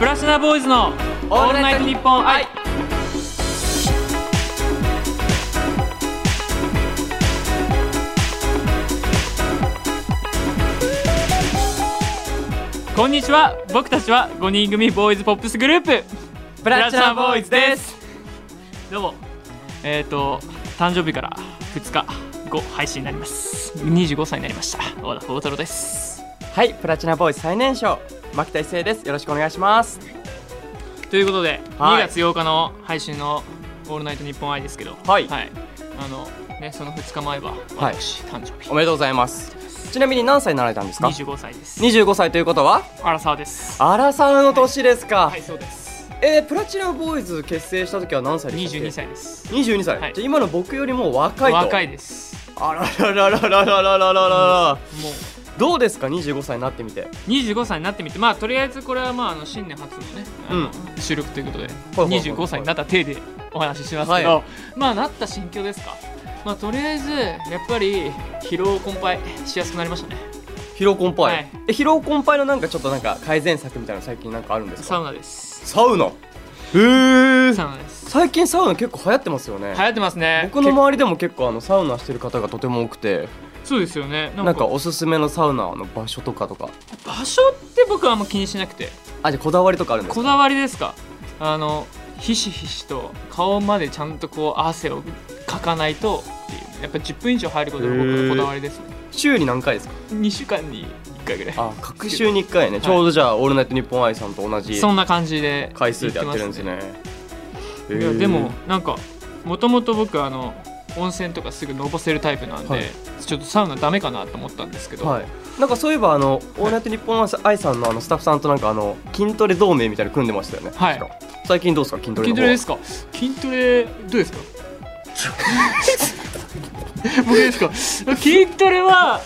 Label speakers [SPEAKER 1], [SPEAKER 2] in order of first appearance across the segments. [SPEAKER 1] ラシュラボーイズのオールナイトニッポン愛こんにちは僕たちは5人組ボーイズポップスグループ
[SPEAKER 2] プラチナボーイズです
[SPEAKER 1] どうもえっ、と誕生日から2日後配信になります25歳になりました小田幸太郎です
[SPEAKER 2] はいプラチナボーイズ最年少牧田一成ですよろしくお願いします
[SPEAKER 1] ということで、
[SPEAKER 2] はい
[SPEAKER 1] 2月8日の配信の「オールナイトニッポン愛」ですけど
[SPEAKER 2] はい
[SPEAKER 1] あのねその2日前は私、誕生日
[SPEAKER 2] おめでとうございますちなみに何歳になられたんですか
[SPEAKER 1] 25歳です
[SPEAKER 2] 25歳ということは
[SPEAKER 1] 荒沢です
[SPEAKER 2] アラサーの年ですか、
[SPEAKER 1] はいそうです
[SPEAKER 2] えー、プラチナボーイズ結成した時は何歳でしたっけ
[SPEAKER 1] 22歳です
[SPEAKER 2] 22歳、
[SPEAKER 1] はい
[SPEAKER 2] じゃあ今の僕よりも若いと
[SPEAKER 1] 若いです
[SPEAKER 2] あらららららららららら
[SPEAKER 1] もう
[SPEAKER 2] どうですか25歳になってみて
[SPEAKER 1] 25歳になってみてまあとりあえずこれはまああの新年初のね、あの収録ということで、
[SPEAKER 2] はいはい
[SPEAKER 1] 25歳になった体でお話ししますけど、
[SPEAKER 2] は
[SPEAKER 1] まあなった心境ですかまあとりあえずやっぱり疲労困憊しやすくなりましたね
[SPEAKER 2] 疲労困憊、
[SPEAKER 1] はい
[SPEAKER 2] え疲労困憊のなんかちょっとなんか改善策みたいなの最近なんかあるんです
[SPEAKER 1] サ
[SPEAKER 2] か
[SPEAKER 1] ウナです
[SPEAKER 2] サウナへえ
[SPEAKER 1] サウナです
[SPEAKER 2] 最近サウナ結構流行ってますよね、
[SPEAKER 1] 流行ってますね
[SPEAKER 2] 僕の周りでも結構あのサウナしてる方がとても多くて
[SPEAKER 1] そうですよねなん
[SPEAKER 2] なん
[SPEAKER 1] か
[SPEAKER 2] かおすすめのサウナの場所とかとか
[SPEAKER 1] 場所って僕はあんま気にしなくて
[SPEAKER 2] あじゃあこだわりとかあるんです
[SPEAKER 1] こ
[SPEAKER 2] か
[SPEAKER 1] だわりですかあのひしひしと顔までちゃんとこう汗をかかないとっていうやっぱ10分以上入ることが僕のこだわりですね
[SPEAKER 2] 週に何回ですか
[SPEAKER 1] 2週間に1回ぐらい
[SPEAKER 2] あ隔週に1回ね、ちょうどじゃあ「オールナイトニッポン愛」さんと同じ
[SPEAKER 1] そんな感じで
[SPEAKER 2] 回数でやってるんですね
[SPEAKER 1] 行ってますねいや
[SPEAKER 2] へー
[SPEAKER 1] でもなんかもともと僕あの温泉とかすぐのぼせるタイプなんで、
[SPEAKER 2] はい
[SPEAKER 1] ちょっとサウナダメかなと思ったんですけど、
[SPEAKER 2] はい、なんかそういえばあの「オールナイトニッポン愛」さんのあのスタッフさんとなんかあの筋トレ同盟みたいなの組んでましたよね、
[SPEAKER 1] はい
[SPEAKER 2] 確か最近どうですか筋トレ
[SPEAKER 1] 筋
[SPEAKER 2] の方
[SPEAKER 1] トレですか筋トレどうですか僕ですか筋トレは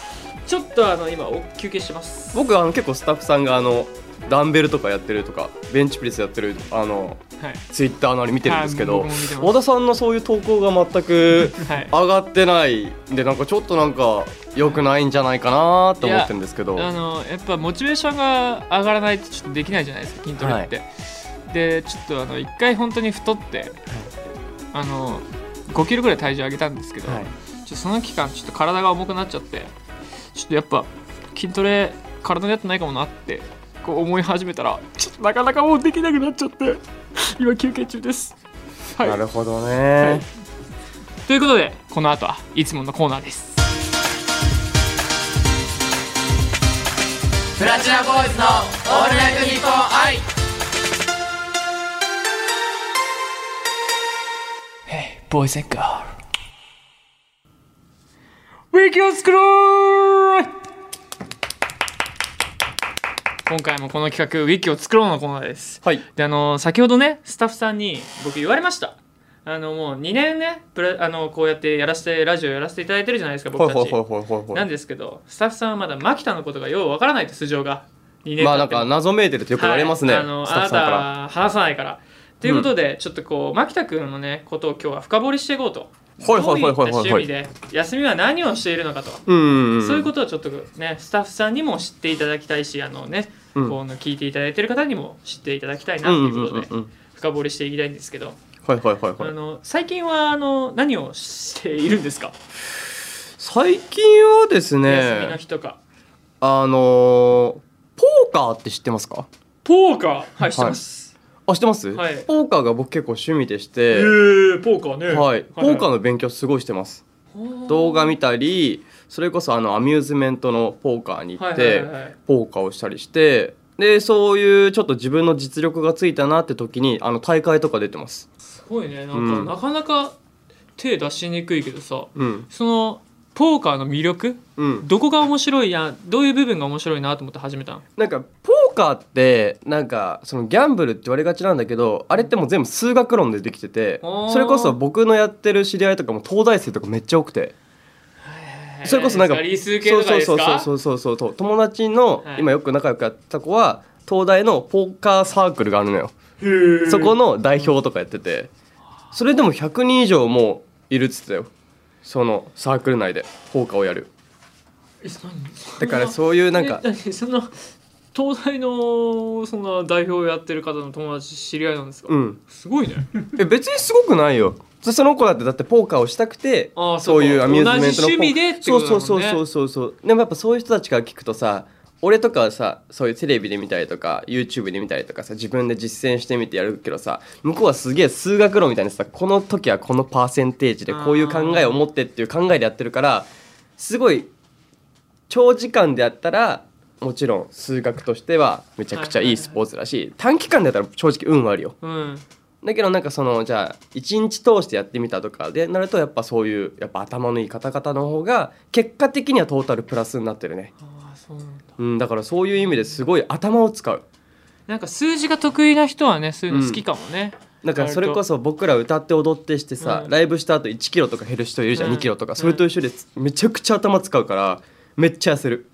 [SPEAKER 1] ちょっとあの今お休憩してます
[SPEAKER 2] 僕あの結構スタッフさんがあのダンベルとかやってるとかベンチプレスやってるあの
[SPEAKER 1] はい
[SPEAKER 2] ツイッターなり見てるんですけど、
[SPEAKER 1] はい僕も見てます
[SPEAKER 2] 小田さんのそういう投稿が全く
[SPEAKER 1] はい
[SPEAKER 2] 上がってないんでなんかちょっとなんか良くないんじゃないかなと思ってるんですけど
[SPEAKER 1] あのやっぱモチベーションが上がらないとちょっとできないじゃないですか筋トレって、でちょっとあの一回本当に太って、あの5キロぐらい体重上げたんですけど、
[SPEAKER 2] はい
[SPEAKER 1] ちょっとその期間ちょっと体が重くなっちゃってちょっとやっぱ筋トレ体に合ってないかもなってこう思い始めたらちょっとなかなかもうできなくなっちゃって今休憩中です、はい
[SPEAKER 2] な、るほどね、
[SPEAKER 1] いということでこの後はいつものコーナーです
[SPEAKER 3] プラチナボーイズのオールナイトニッポン愛
[SPEAKER 1] ボーイズガールウィキを作ろう今回もこの企画「ウィキを作ろう」のコーナーです
[SPEAKER 2] はい
[SPEAKER 1] であの先ほどねスタッフさんに僕言われましたあのもう2年ねプラあのこうやってやらせてラジオやらせていただいてるじゃないですか
[SPEAKER 2] ほい
[SPEAKER 1] 僕た
[SPEAKER 2] ほ
[SPEAKER 1] ち
[SPEAKER 2] いほいほいほいほい
[SPEAKER 1] なんですけどスタッフさんはまだ牧田のことがようわからないと素性が2年
[SPEAKER 2] まあ
[SPEAKER 1] 経
[SPEAKER 2] な
[SPEAKER 1] っ
[SPEAKER 2] ん
[SPEAKER 1] ても
[SPEAKER 2] か謎めいてるってよく言われますね、
[SPEAKER 1] はいあの
[SPEAKER 2] スタッ
[SPEAKER 1] あな
[SPEAKER 2] フ
[SPEAKER 1] た
[SPEAKER 2] さんから
[SPEAKER 1] は話さないからということで、ちょっとこう牧田君のねことを今日は深掘りしていこうと
[SPEAKER 2] はいはいはいはいはい
[SPEAKER 1] ど
[SPEAKER 2] はい
[SPEAKER 1] うった趣味で休みは何をしているのかと、
[SPEAKER 2] うんうんうん
[SPEAKER 1] そういうことをちょっとねスタッフさんにも知っていただきたいしあのね、
[SPEAKER 2] うん
[SPEAKER 1] この聞いていただいてる方にも知っていただきたいなと
[SPEAKER 2] うん
[SPEAKER 1] いううんこ
[SPEAKER 2] う
[SPEAKER 1] とで、
[SPEAKER 2] んうん
[SPEAKER 1] 深掘りしていきたいんですけど、
[SPEAKER 2] はいはいはい
[SPEAKER 1] あ
[SPEAKER 2] はい
[SPEAKER 1] の最近はあの何をしているんですか、
[SPEAKER 2] 最近はで
[SPEAKER 1] 休
[SPEAKER 2] す
[SPEAKER 1] みの
[SPEAKER 2] ね
[SPEAKER 1] 日とか
[SPEAKER 2] あのーポーカーって知ってますか
[SPEAKER 1] ポーカーはいしてます、
[SPEAKER 2] あ知ってます、
[SPEAKER 1] はい
[SPEAKER 2] ポーカーが僕結構趣味でし
[SPEAKER 1] え
[SPEAKER 2] て、
[SPEAKER 1] ー、ポーカーね
[SPEAKER 2] はい、ポーカー
[SPEAKER 1] の
[SPEAKER 2] の勉強すごいしてます動画見たりそれこそあのアミューズメントのポーカーに行って、
[SPEAKER 1] はいはいはいはい
[SPEAKER 2] ポーカーをしたりしてでそういうちょっと自分の実力がついたなって時にあの大会とか出てます
[SPEAKER 1] すごいねなんか、
[SPEAKER 2] うん
[SPEAKER 1] なかなか手出しにくいけどさ
[SPEAKER 2] うん
[SPEAKER 1] そのポーカーの魅力
[SPEAKER 2] うん
[SPEAKER 1] どこが面白いやどういう部分が面白いなと思って始めたの
[SPEAKER 2] なんかポーカーってなんかそのギャンブルって言われがちなんだけどあれってもう全部数学論でできてて
[SPEAKER 1] あー
[SPEAKER 2] それこそ僕のやってる知り合いとかも東大生とかめっちゃ多くてそれこそなんか、
[SPEAKER 1] 理数系とかですか
[SPEAKER 2] そうそうそうそうそうそう友達の
[SPEAKER 1] はい
[SPEAKER 2] 今よく仲良くやってた子は東大のポーカーサークルがあるのよ
[SPEAKER 1] へー
[SPEAKER 2] そこの代表とかやっててそれでも100人以上もういるっつってたよそのサークル内でポーカーをやる
[SPEAKER 1] えそ何そんな
[SPEAKER 2] だからそういうなんか
[SPEAKER 1] え何その東大のそんな代表をやってる方の友達知り合いなんですか、
[SPEAKER 2] うん
[SPEAKER 1] すごいね
[SPEAKER 2] え別にすごくないよそその子だってだってポーカーをしたくて
[SPEAKER 1] あー
[SPEAKER 2] そういうアミューズ
[SPEAKER 1] 同
[SPEAKER 2] メントの
[SPEAKER 1] じ趣味でってことだもんね
[SPEAKER 2] そうそうそうそうそうでもやっぱそういう人たちから聞くとさ俺とかはさそういうテレビで見たりとか YouTube で見たりとかさ自分で実践してみてやるけどさ向こうはすげえ数学論みたいなさこの時はこのパーセンテージでこういう考えを持ってっていう考えでやってるからすごい長時間でやったらもちろん数学としてはめちゃくちゃいいスポーツだし短期間でやったら正直運はあるよ
[SPEAKER 1] うん
[SPEAKER 2] だけどなんかそのじゃあ一日通してやってみたとかでなるとやっぱそういうやっぱ頭のいい方々の方が結果的にはトータルプラスになってるね、
[SPEAKER 1] ああそうなんだ
[SPEAKER 2] うん、だからそういう意味ですごい頭を使う
[SPEAKER 1] なんか数字が得意な人はねそういうの好きかもね、
[SPEAKER 2] だからそれこそ僕ら歌って踊ってしてさ、
[SPEAKER 1] うん
[SPEAKER 2] ライブした後1キロとか減る人いるじゃん、
[SPEAKER 1] うん
[SPEAKER 2] 2キロとかそれと一緒でめちゃくちゃ頭使うからめっちゃ痩せる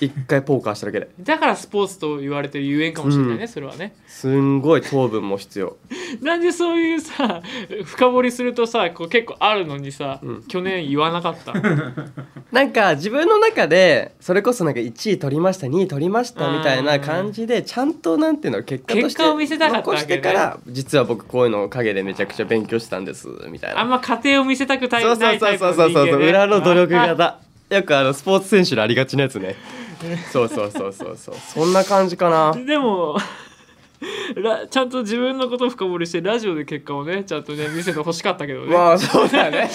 [SPEAKER 2] 一回ポーカーしただけで
[SPEAKER 1] だからスポーツと言われてるゆえんかもしれないね、
[SPEAKER 2] うん
[SPEAKER 1] それはね
[SPEAKER 2] すんごい糖分も必要
[SPEAKER 1] なんでそういうさ深掘りするとさこう結構あるのにさ、
[SPEAKER 2] うん
[SPEAKER 1] 去年言わなかったの
[SPEAKER 2] なんか自分の中でそれこそなんか1位取りました2位取りましたみたいな感じでちゃんとなんていうの結果とし
[SPEAKER 1] 結
[SPEAKER 2] て
[SPEAKER 1] 果を見せたかった
[SPEAKER 2] 残
[SPEAKER 1] わけ
[SPEAKER 2] し
[SPEAKER 1] ね
[SPEAKER 2] てから実は僕こういうのを陰でめちゃくちゃ勉強したんですみたい
[SPEAKER 1] あんま
[SPEAKER 2] な
[SPEAKER 1] 家庭を見せたくたい
[SPEAKER 2] そ
[SPEAKER 1] な
[SPEAKER 2] うそう
[SPEAKER 1] いタ
[SPEAKER 2] そう
[SPEAKER 1] イプの
[SPEAKER 2] そうそう
[SPEAKER 1] 人
[SPEAKER 2] そ
[SPEAKER 1] 間
[SPEAKER 2] う
[SPEAKER 1] ね
[SPEAKER 2] 裏の努力型よくあのスポーツ選手のありがちなやつねそうそうそうそうそうそんな感じかな
[SPEAKER 1] でも ラちゃんと自分のことを深掘りしてラジオで結果をねちゃんとね見せてほしかったけどね、
[SPEAKER 2] まあそうだね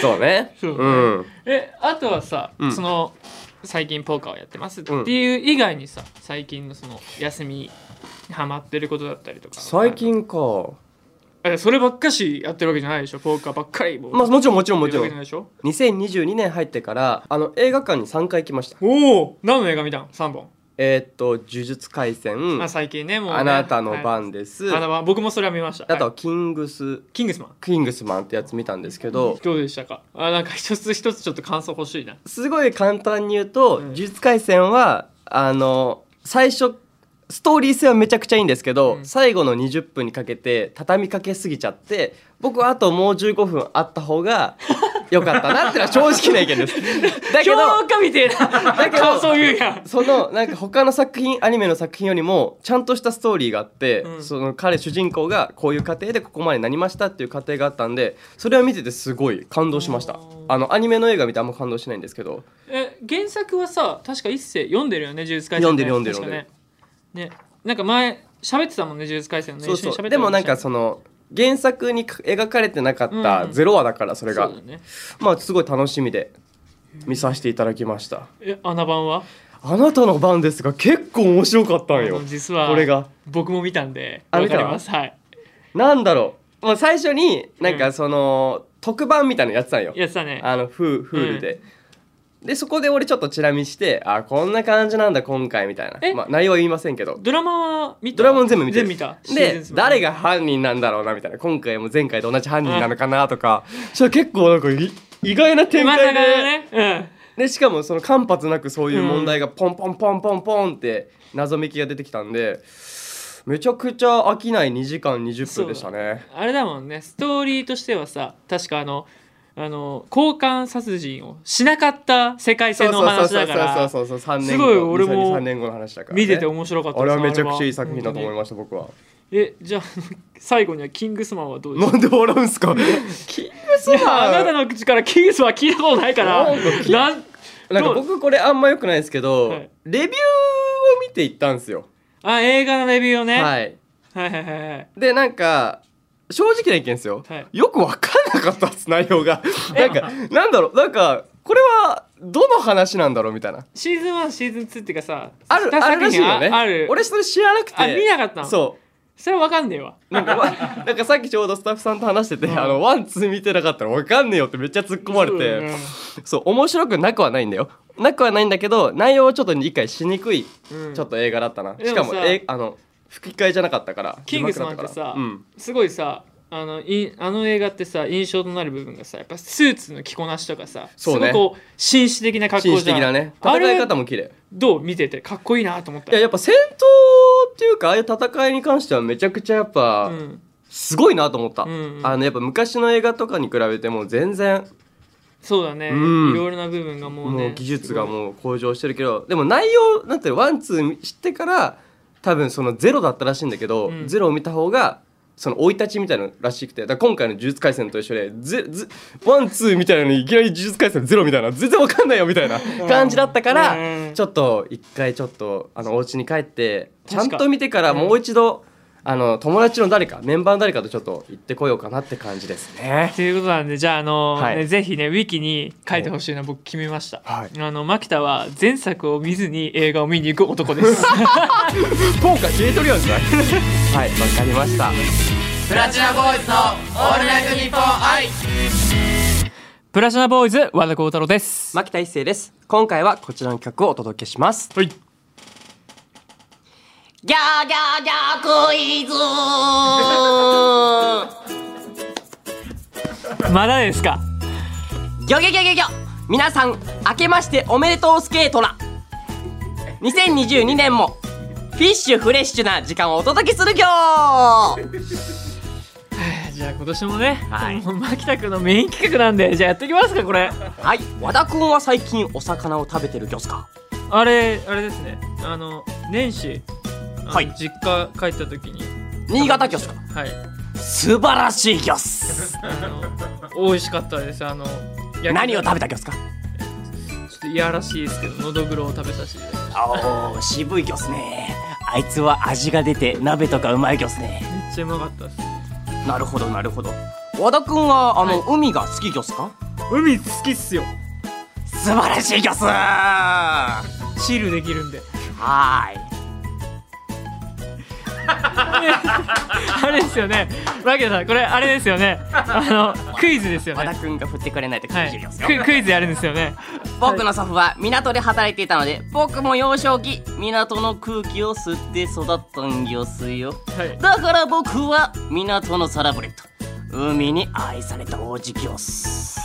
[SPEAKER 2] そうね
[SPEAKER 1] そうね
[SPEAKER 2] うん
[SPEAKER 1] えあとはさ、
[SPEAKER 2] うん
[SPEAKER 1] その最近ポーカーをやってますって
[SPEAKER 2] うん
[SPEAKER 1] いう以外にさ最近のその休みにハマってることだったりとか
[SPEAKER 2] 最近か
[SPEAKER 1] えそればっかしやってるわけじゃないでしょポーカーばっかりもう
[SPEAKER 2] まあもちろんもちろんもちろ
[SPEAKER 1] やってるわけじゃなんいでしょ
[SPEAKER 2] 2022年入ってからあの映画館に3回来ました
[SPEAKER 1] おお何の映画見たの3本、
[SPEAKER 2] えーっと「呪術廻戦」
[SPEAKER 1] まあ、最近ねもうね
[SPEAKER 2] あなたの
[SPEAKER 1] はい
[SPEAKER 2] 番です」
[SPEAKER 1] あの僕もそれは見ました
[SPEAKER 2] あと
[SPEAKER 1] は
[SPEAKER 2] は「キングス
[SPEAKER 1] いキングスマン」
[SPEAKER 2] キングスマンってやつ見たんですけど
[SPEAKER 1] どうでしたかあなんか一つ一つちょっと感想欲しいな
[SPEAKER 2] すごい簡単に言うと
[SPEAKER 1] うん
[SPEAKER 2] 「呪術廻戦は」あの最初ストーリー性はめちゃくちゃいいんですけど、
[SPEAKER 1] うん
[SPEAKER 2] 最後の20分にかけて畳みかけすぎちゃって僕はあともう15分あった方が良かったなってのは正直な 意見ですだけど
[SPEAKER 1] 評価みたいな
[SPEAKER 2] だけど
[SPEAKER 1] 感想言うやん
[SPEAKER 2] そのなんか他の作品アニメの作品よりもちゃんとしたストーリーがあって、
[SPEAKER 1] うん
[SPEAKER 2] その彼主人公がこういう過程でここまでなりましたっていう過程があったんでそれを見ててすごい感動しまし
[SPEAKER 1] あ
[SPEAKER 2] た
[SPEAKER 1] ー
[SPEAKER 2] あのアニメの映画見てあんま感動しないんですけど
[SPEAKER 1] え原作はさ確か一世読んでるよね呪術廻戦ね
[SPEAKER 2] 読んでる読んでる
[SPEAKER 1] 確かねねなんか前喋ってたもんね呪術廻戦のね
[SPEAKER 2] そう
[SPEAKER 1] 一緒
[SPEAKER 2] そ
[SPEAKER 1] に喋ってた
[SPEAKER 2] うでもなんかそ
[SPEAKER 1] の
[SPEAKER 2] の原作にか描かれてなかった
[SPEAKER 1] うん
[SPEAKER 2] 0話だからそれが、
[SPEAKER 1] そうだね
[SPEAKER 2] まあすごい楽しみで見させていただきました
[SPEAKER 1] え穴番は
[SPEAKER 2] あなたの番ですが結構面白かったん
[SPEAKER 1] あ
[SPEAKER 2] よ
[SPEAKER 1] の実は
[SPEAKER 2] これが
[SPEAKER 1] 僕も見たんで
[SPEAKER 2] あ
[SPEAKER 1] わ
[SPEAKER 2] 見
[SPEAKER 1] か
[SPEAKER 2] た
[SPEAKER 1] りますはい
[SPEAKER 2] なんだろうもう最初になん
[SPEAKER 1] う
[SPEAKER 2] か
[SPEAKER 1] ん
[SPEAKER 2] その、特番みたいなのやってたんよ
[SPEAKER 1] やってたね
[SPEAKER 2] あのフーフールで、でそこで俺ちょっとチラ見してあこんな感じなんだ今回みたい
[SPEAKER 1] え
[SPEAKER 2] な、まあ、内容は言いませんけど
[SPEAKER 1] ドラマは見た
[SPEAKER 2] ドラマも全部見てる
[SPEAKER 1] シーズン
[SPEAKER 2] で
[SPEAKER 1] ツーま
[SPEAKER 2] 誰が犯人なんだろうなみたいな今回も前回と同じ犯人なのかなとか、それ結構なんかい意外な展
[SPEAKER 1] まさか
[SPEAKER 2] 開で、
[SPEAKER 1] ねうん
[SPEAKER 2] でしかもその間髪なくそういう問題がポンポンポンポンポンって謎めきが出てきたんでめちゃくちゃ飽きない2時間20分でしたね
[SPEAKER 1] あれだもんねストーリーとしてはさ確かあのあの交換殺人をしなかった世界線のお話だから
[SPEAKER 2] そうそうそうそうそう3
[SPEAKER 1] す
[SPEAKER 2] 年後
[SPEAKER 1] ごい俺も
[SPEAKER 2] 3年後の話だから、ね、
[SPEAKER 1] 見てて面白かった
[SPEAKER 2] あれはめちゃくちゃいい作品だと思い
[SPEAKER 1] す
[SPEAKER 2] ました僕は
[SPEAKER 1] えじゃあ 最後にはキングスマンはどうで
[SPEAKER 2] な
[SPEAKER 1] す
[SPEAKER 2] んで笑うんすかキングス
[SPEAKER 1] かあ
[SPEAKER 2] マ
[SPEAKER 1] な
[SPEAKER 2] ン
[SPEAKER 1] たの口からキングスマン聞いたことないから
[SPEAKER 2] なんか聞い
[SPEAKER 1] なん
[SPEAKER 2] なんか僕これあんま良くないですけど、
[SPEAKER 1] はい
[SPEAKER 2] レビューを見ていったんですよ
[SPEAKER 1] あ映画のレビューをね、はい、
[SPEAKER 2] はい
[SPEAKER 1] はいはいはい
[SPEAKER 2] でなんか正直な意見ですよ、
[SPEAKER 1] はい
[SPEAKER 2] よく分かんなかったです内容 がなんかなんだろうなんかこれはどの話なんだろうみたいな
[SPEAKER 1] シーズン1シーズン2っていうかさ
[SPEAKER 2] ある
[SPEAKER 1] 二
[SPEAKER 2] あるらしいよね
[SPEAKER 1] あある
[SPEAKER 2] 俺それ知らなくて
[SPEAKER 1] あ見なかったの
[SPEAKER 2] そう
[SPEAKER 1] それは分かんねえわ
[SPEAKER 2] なんかわなんかさっきちょうどスタッフさんと話してて、
[SPEAKER 1] うん
[SPEAKER 2] あのワンツー見てなかったらわかんねえよってめっちゃ突っ込まれて、そう面白くなくはないんだよなくはないんだけど内容をちょっと理解しにくい、
[SPEAKER 1] うん
[SPEAKER 2] ちょっと映画だったな
[SPEAKER 1] でも
[SPEAKER 2] し
[SPEAKER 1] さ
[SPEAKER 2] かもえあの吹き替えじゃなかったから
[SPEAKER 1] キングスマンって
[SPEAKER 2] 字幕
[SPEAKER 1] さ、
[SPEAKER 2] だたからうん、
[SPEAKER 1] すごいさあのいあの映画ってさ印象となる部分がさやっぱスーツの着こなしとかさ、
[SPEAKER 2] そうね
[SPEAKER 1] すごくこう紳士的な格
[SPEAKER 2] 紳
[SPEAKER 1] 好
[SPEAKER 2] 士
[SPEAKER 1] じゃん
[SPEAKER 2] 的だね
[SPEAKER 1] あ
[SPEAKER 2] 戦い
[SPEAKER 1] れ
[SPEAKER 2] 方も綺麗
[SPEAKER 1] どう見ててかっこいいなと思っ
[SPEAKER 2] い
[SPEAKER 1] た
[SPEAKER 2] ややっぱ戦闘っていうかああいう戦いに関してはめちゃくちゃやっぱ、
[SPEAKER 1] うん、
[SPEAKER 2] すごいなと思った、
[SPEAKER 1] うんうん
[SPEAKER 2] あのやっぱ昔の映画とかに比べても全然
[SPEAKER 1] そうだね、
[SPEAKER 4] うん
[SPEAKER 1] いろいろな部分がもうね
[SPEAKER 4] もう技術が
[SPEAKER 1] う
[SPEAKER 4] もう向上してるけどでも内容なんてワンツー知ってから多分そのゼロだったらしいんだけど、
[SPEAKER 1] うん
[SPEAKER 4] ゼロを見た方がその生い立ちみたいなのらしくてだから今回の呪術廻戦と一緒でゼゼワンツーみたいなのにいきなり呪術廻戦ゼロみたいな全然わかんないよみたいな感じだったから、
[SPEAKER 1] うん
[SPEAKER 4] ちょっと一回ちょっとあのお家に帰ってちゃん
[SPEAKER 1] 確か
[SPEAKER 4] と見てからもう一度、あの友達の誰かメンバーの誰かとちょっと行ってこようかなって感じですね。
[SPEAKER 1] ということなんでじゃあ、あの
[SPEAKER 4] はい
[SPEAKER 1] ねぜひねウィキに書いてほしいな僕決めました、
[SPEAKER 4] はい
[SPEAKER 1] あの牧田は前作を見ずに映画を見に行く男です
[SPEAKER 4] 今回ゲートリオンじゃない はいわかりました。
[SPEAKER 5] プラチナボーイズのオールナイトニッポン愛
[SPEAKER 1] プラチナボーイズ和田幸太郎です、
[SPEAKER 4] 牧田一成です今回はこちらの曲をお届けします
[SPEAKER 1] はい
[SPEAKER 5] ギャーギャーギャークイズー
[SPEAKER 1] まだですか
[SPEAKER 5] ギョギョギョギョギョ
[SPEAKER 4] 皆さん明けましておめでとうスケートラ2022年もフィッシュフレッシュな時間をお届けするよ
[SPEAKER 1] じゃあ今年もね、
[SPEAKER 4] はい
[SPEAKER 1] もう牧田君のメイン企画なんでじゃあやっていきますかこれ
[SPEAKER 4] はい和田くんは最近お魚を食べてるギョスか
[SPEAKER 1] あれあれですねあの年始あの
[SPEAKER 4] はい
[SPEAKER 1] 実家帰った時に
[SPEAKER 4] 新潟ギョスか
[SPEAKER 1] はい
[SPEAKER 4] 素晴らしいギョス
[SPEAKER 1] あの美味しかったですあの
[SPEAKER 4] 何を食べ
[SPEAKER 1] た
[SPEAKER 4] たギョスか
[SPEAKER 1] ちょっといやらしいですけどのどぐろを食べたし
[SPEAKER 4] おー渋いギョスねあいつは味が出て鍋とかうまいギョスね
[SPEAKER 1] めっちゃうまかったです
[SPEAKER 4] なるほどなるほど和田くんはあの、海が好きギョスか
[SPEAKER 1] 海好きっすよ
[SPEAKER 4] 素晴らしいギョスは
[SPEAKER 1] チルできるんで
[SPEAKER 4] ーい
[SPEAKER 1] あれですよねマケさんこれあれですよねあのクイズですよ
[SPEAKER 2] 和田
[SPEAKER 1] ね
[SPEAKER 2] くんが振ってくれないと
[SPEAKER 1] は
[SPEAKER 2] 厳しい
[SPEAKER 1] い
[SPEAKER 2] ですよ、
[SPEAKER 1] ククイズやるんですよね
[SPEAKER 2] 僕の祖父は港で働いていたので僕も幼少期港の空気を吸って育ったんぎょすよ
[SPEAKER 1] はい
[SPEAKER 2] だから僕は港のサラブレッド海に愛された王子ギョス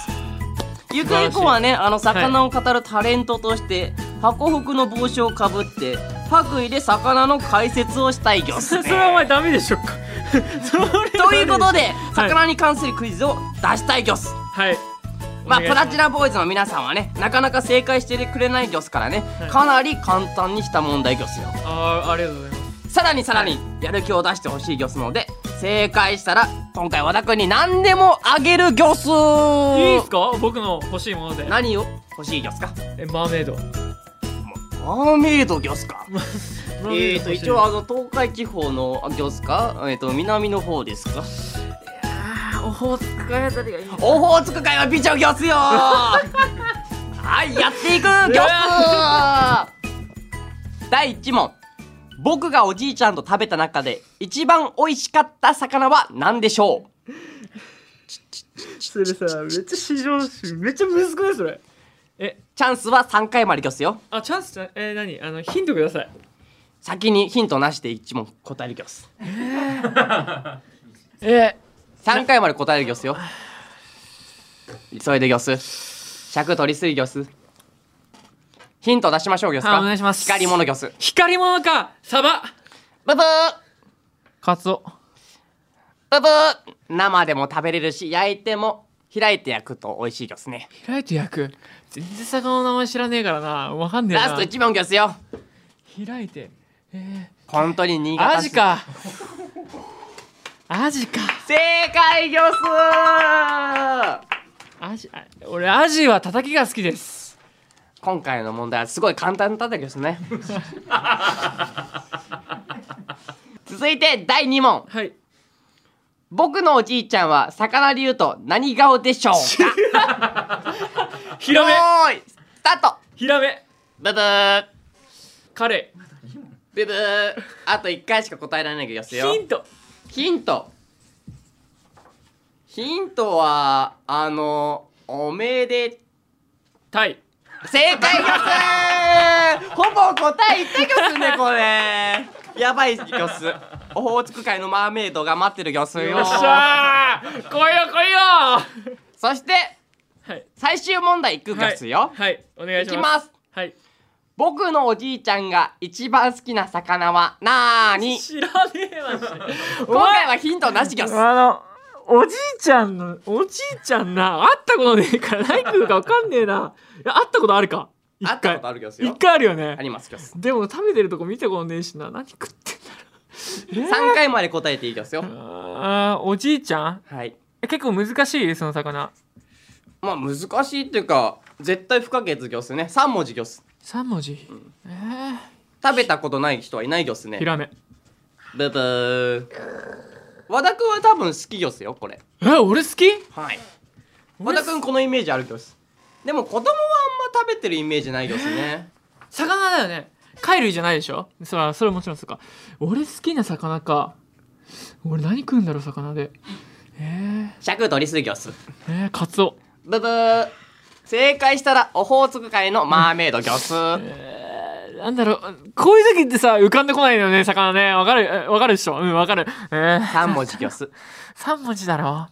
[SPEAKER 2] ゆくゆくはねあの魚を語るタレントとして、箱福の帽子をかぶって白衣で魚の解説をしたいギョス、
[SPEAKER 1] そ そ
[SPEAKER 2] ね、
[SPEAKER 1] れはお前ダメでしょうかそれはダメしょ
[SPEAKER 2] ということで魚に関するクイズを出したいギョス
[SPEAKER 1] はい
[SPEAKER 2] まあ、
[SPEAKER 1] お願い
[SPEAKER 2] プ
[SPEAKER 1] しす
[SPEAKER 2] ラチナボーイズの皆さんはねなかなか正解してくれないギョスからね、
[SPEAKER 1] はい
[SPEAKER 2] かなり簡単にした問題ギョスよ
[SPEAKER 1] あーありがとうございます
[SPEAKER 2] さらにさらにやる気を出してほしいギョスなので正解したら今回和田君に何でもあげるギョス
[SPEAKER 1] いいっすか僕の欲しいもので
[SPEAKER 2] 何を欲しいギョスか
[SPEAKER 1] えマーメイド
[SPEAKER 2] マーメイドギョスかえーと一応あ
[SPEAKER 1] あ
[SPEAKER 2] の東海地方のギョスかえーと南の方ですか
[SPEAKER 1] あオホーツク海あたりがいい
[SPEAKER 2] オホーツク海は美女ギ ョスよはいやっていくギ
[SPEAKER 1] う
[SPEAKER 2] ョス第1問僕がおじいちゃんと食べた中で一番美味しかった魚は何でしょう
[SPEAKER 1] それさめっちゃ市場めっちゃ難しいそれえ
[SPEAKER 2] チャンスは3回までギョスよ
[SPEAKER 1] あチャンスじゃえー、何あのヒントください
[SPEAKER 2] 先にヒントなしで1問答えるギョス
[SPEAKER 1] え
[SPEAKER 2] 3回まで答えるギョスよ急いでギョス尺取りすぎギョスヒント出しましょうギョスか
[SPEAKER 1] あお願いします
[SPEAKER 2] 光り物ギョス
[SPEAKER 1] 光り物かサバ
[SPEAKER 2] ブブー
[SPEAKER 1] カツオ
[SPEAKER 2] ブブー生でも食べれるし焼いても開いて焼くと美味しいですね
[SPEAKER 1] 開いて焼く全然魚の名前知らねえからなわかんねえな
[SPEAKER 2] ラスト1問ですよ
[SPEAKER 1] 開いて
[SPEAKER 2] 本当に新潟市
[SPEAKER 1] アジかアジか
[SPEAKER 2] 正解ギョス
[SPEAKER 1] アジあ俺アジは叩きが好きです
[SPEAKER 2] 今回の問題はすごい簡単だったです ね続いて第2問
[SPEAKER 1] はい
[SPEAKER 2] 僕のおじいちゃんは魚で言うと何顔でしょうか
[SPEAKER 1] ヒラメ
[SPEAKER 2] おーいスタート
[SPEAKER 1] ヒラメ
[SPEAKER 2] ブブー
[SPEAKER 1] カレ
[SPEAKER 2] ブブーあと1回しか答えられないギョスよ
[SPEAKER 1] ーヒント
[SPEAKER 2] ヒントヒントはあのおめで
[SPEAKER 1] タイ
[SPEAKER 2] 正解ですほぼ答え言ったギョスねこれやばいギョスオホーツク海のマーメイドが待ってるギョスよ
[SPEAKER 1] よっしゃー来いよ来いよ
[SPEAKER 2] そして
[SPEAKER 1] はい
[SPEAKER 2] 最終問題いくギョスよ、
[SPEAKER 1] はいお願い
[SPEAKER 2] い
[SPEAKER 1] し
[SPEAKER 2] き
[SPEAKER 1] ます
[SPEAKER 2] ます
[SPEAKER 1] はい
[SPEAKER 2] 僕のおじいちゃんが一番好きな魚はなーに
[SPEAKER 1] 知らねえわし
[SPEAKER 2] 今回はヒントなしギョス
[SPEAKER 1] あのおじいちゃんのおじいちゃんな会ったことねえから何食うか分かんねえないや会ったことあるか一
[SPEAKER 2] あったことあるけど
[SPEAKER 1] 一回あるよね
[SPEAKER 2] ありますけど3
[SPEAKER 1] でも食べてるとこ見たことねえしな何食ってんだろう、
[SPEAKER 2] 回まで答えていいですよ
[SPEAKER 1] えー、あーおじいちゃん
[SPEAKER 2] はい
[SPEAKER 1] え結構難しいその魚
[SPEAKER 2] まあ難しいっていうか絶対不可欠魚っすね3文字魚っす
[SPEAKER 1] 3文字、えー
[SPEAKER 2] 食べたことない人はいない魚っすね
[SPEAKER 1] ヒラメ
[SPEAKER 2] ブブー和田くんは多分好き魚っすよこれ
[SPEAKER 1] え俺好き
[SPEAKER 2] はい和田くんこのイメージある魚っすでも子供はあんま食べてるイメージない魚っすね
[SPEAKER 1] 魚だよね貝類じゃないでしょそれそれもちろんそうか俺好きな魚か俺何食うんだろう魚でえ
[SPEAKER 2] 尺取りすぎ魚っす
[SPEAKER 1] ー、えー、カツオ
[SPEAKER 2] ブブー正解したらオホーツク海のマーメイド魚っ す
[SPEAKER 1] なんだろうこういう時ってさ浮かんでこないのよね魚ねわかるえわかるでしょうんわかるえー、
[SPEAKER 2] 3文字魚っ す
[SPEAKER 1] 3文字だろ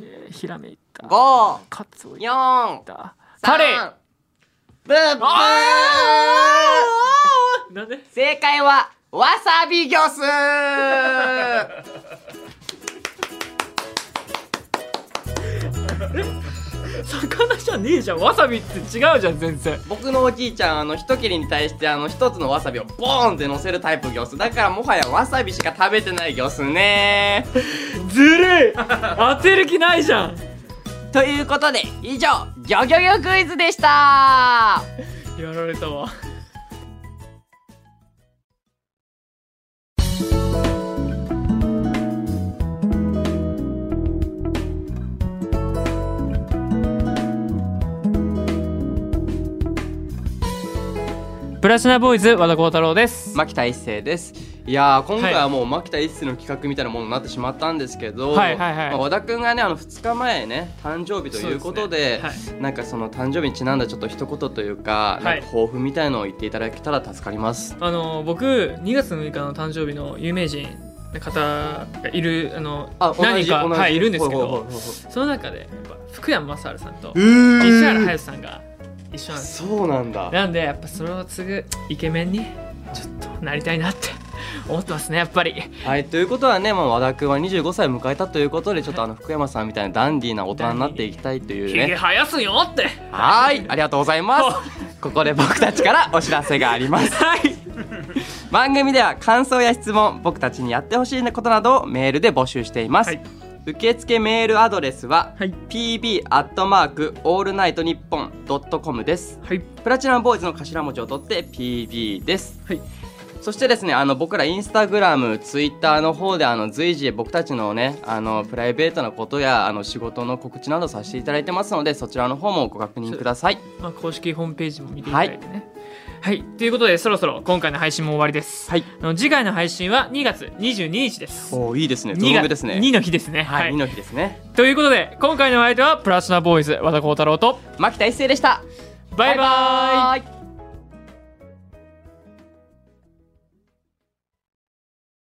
[SPEAKER 1] えーひらめいた
[SPEAKER 2] 5
[SPEAKER 1] カツオいっ
[SPEAKER 2] 4
[SPEAKER 1] た
[SPEAKER 2] 3
[SPEAKER 1] カレー
[SPEAKER 2] ブブー
[SPEAKER 1] なんで
[SPEAKER 2] 正解はわさび魚っす
[SPEAKER 1] 魚じゃねえじゃんわさびって違うじゃん全然
[SPEAKER 2] 僕のおじいちゃんあの一切れに対してあの一つのわさびをボーンって乗せるタイプ魚っすだからもはやわさびしか食べてない魚っすね
[SPEAKER 1] ずるい当てる気ないじゃん
[SPEAKER 2] ということで以上ギョギョギョクイズでした
[SPEAKER 1] やられたわプラチナボーイズ和田光太郎です、
[SPEAKER 2] 牧田一成ですいやー今回はもう牧田一成の企画みたいなものになってしまったんですけど、
[SPEAKER 1] はいはいはい
[SPEAKER 2] まあ和田君がねあの2日前ね誕生日ということで
[SPEAKER 1] そうです
[SPEAKER 2] なんかその誕生日にちなんだちょっと一言というか,、
[SPEAKER 1] はい
[SPEAKER 2] なんか抱負みたいのを言っていただけたら助かります
[SPEAKER 1] あの僕2月6日の誕生日の有名人の方がいるあの
[SPEAKER 2] あ
[SPEAKER 1] 何人か、
[SPEAKER 2] 同じ同じ
[SPEAKER 1] はい、いるんですけ
[SPEAKER 2] ほうほう
[SPEAKER 1] ど
[SPEAKER 2] ほうほう
[SPEAKER 1] その中でやっぱ福山雅治さんと
[SPEAKER 2] えー
[SPEAKER 1] 石原隼さんが一緒なんですよ
[SPEAKER 2] そうなんだ
[SPEAKER 1] なんでやっぱそれを継ぐイケメンにちょっとなりたいなって思ってますねやっぱり
[SPEAKER 2] はいということはね、まあ、和田君は25歳を迎えたということでちょっとあの福山さんみたいなダンディーな大人になっていきたいという
[SPEAKER 1] ひげ
[SPEAKER 2] ね
[SPEAKER 1] 生やすよって
[SPEAKER 2] はいありがとうございますここで僕たちからお知らせがあります
[SPEAKER 1] はい
[SPEAKER 2] 番組では感想や質問僕たちにやってほしいことなどをメールで募集しています、
[SPEAKER 1] はい
[SPEAKER 2] 受付メールアドレスは、
[SPEAKER 1] はい
[SPEAKER 2] pb アットマークオールナイトニッポンドットコムです
[SPEAKER 1] はい
[SPEAKER 2] プラチナボーイズの頭文字を取って PB です、
[SPEAKER 1] はい
[SPEAKER 2] そしてですねあの僕らインスタグラムツイッターの方であの随時僕たちのねあのプライベートなことやあの仕事の告知などさせていただいてますのでそちらの方もご確認ください
[SPEAKER 1] まあ、公式ホームページも見ていただいてねはい、ということでそろそろ今回の配信も終わりです、
[SPEAKER 2] はい
[SPEAKER 1] あの次回の配信は2月22日です
[SPEAKER 2] おーいいですねゾ
[SPEAKER 1] 2
[SPEAKER 2] ロ
[SPEAKER 1] が
[SPEAKER 2] 目ですね
[SPEAKER 1] 2の日ですね
[SPEAKER 2] はい、
[SPEAKER 1] はい
[SPEAKER 2] 二の日ですね
[SPEAKER 1] ということで今回のお相手はプラチナボーイズ和田幸太郎と
[SPEAKER 2] 牧田一成でした
[SPEAKER 1] バイバイ
[SPEAKER 2] イ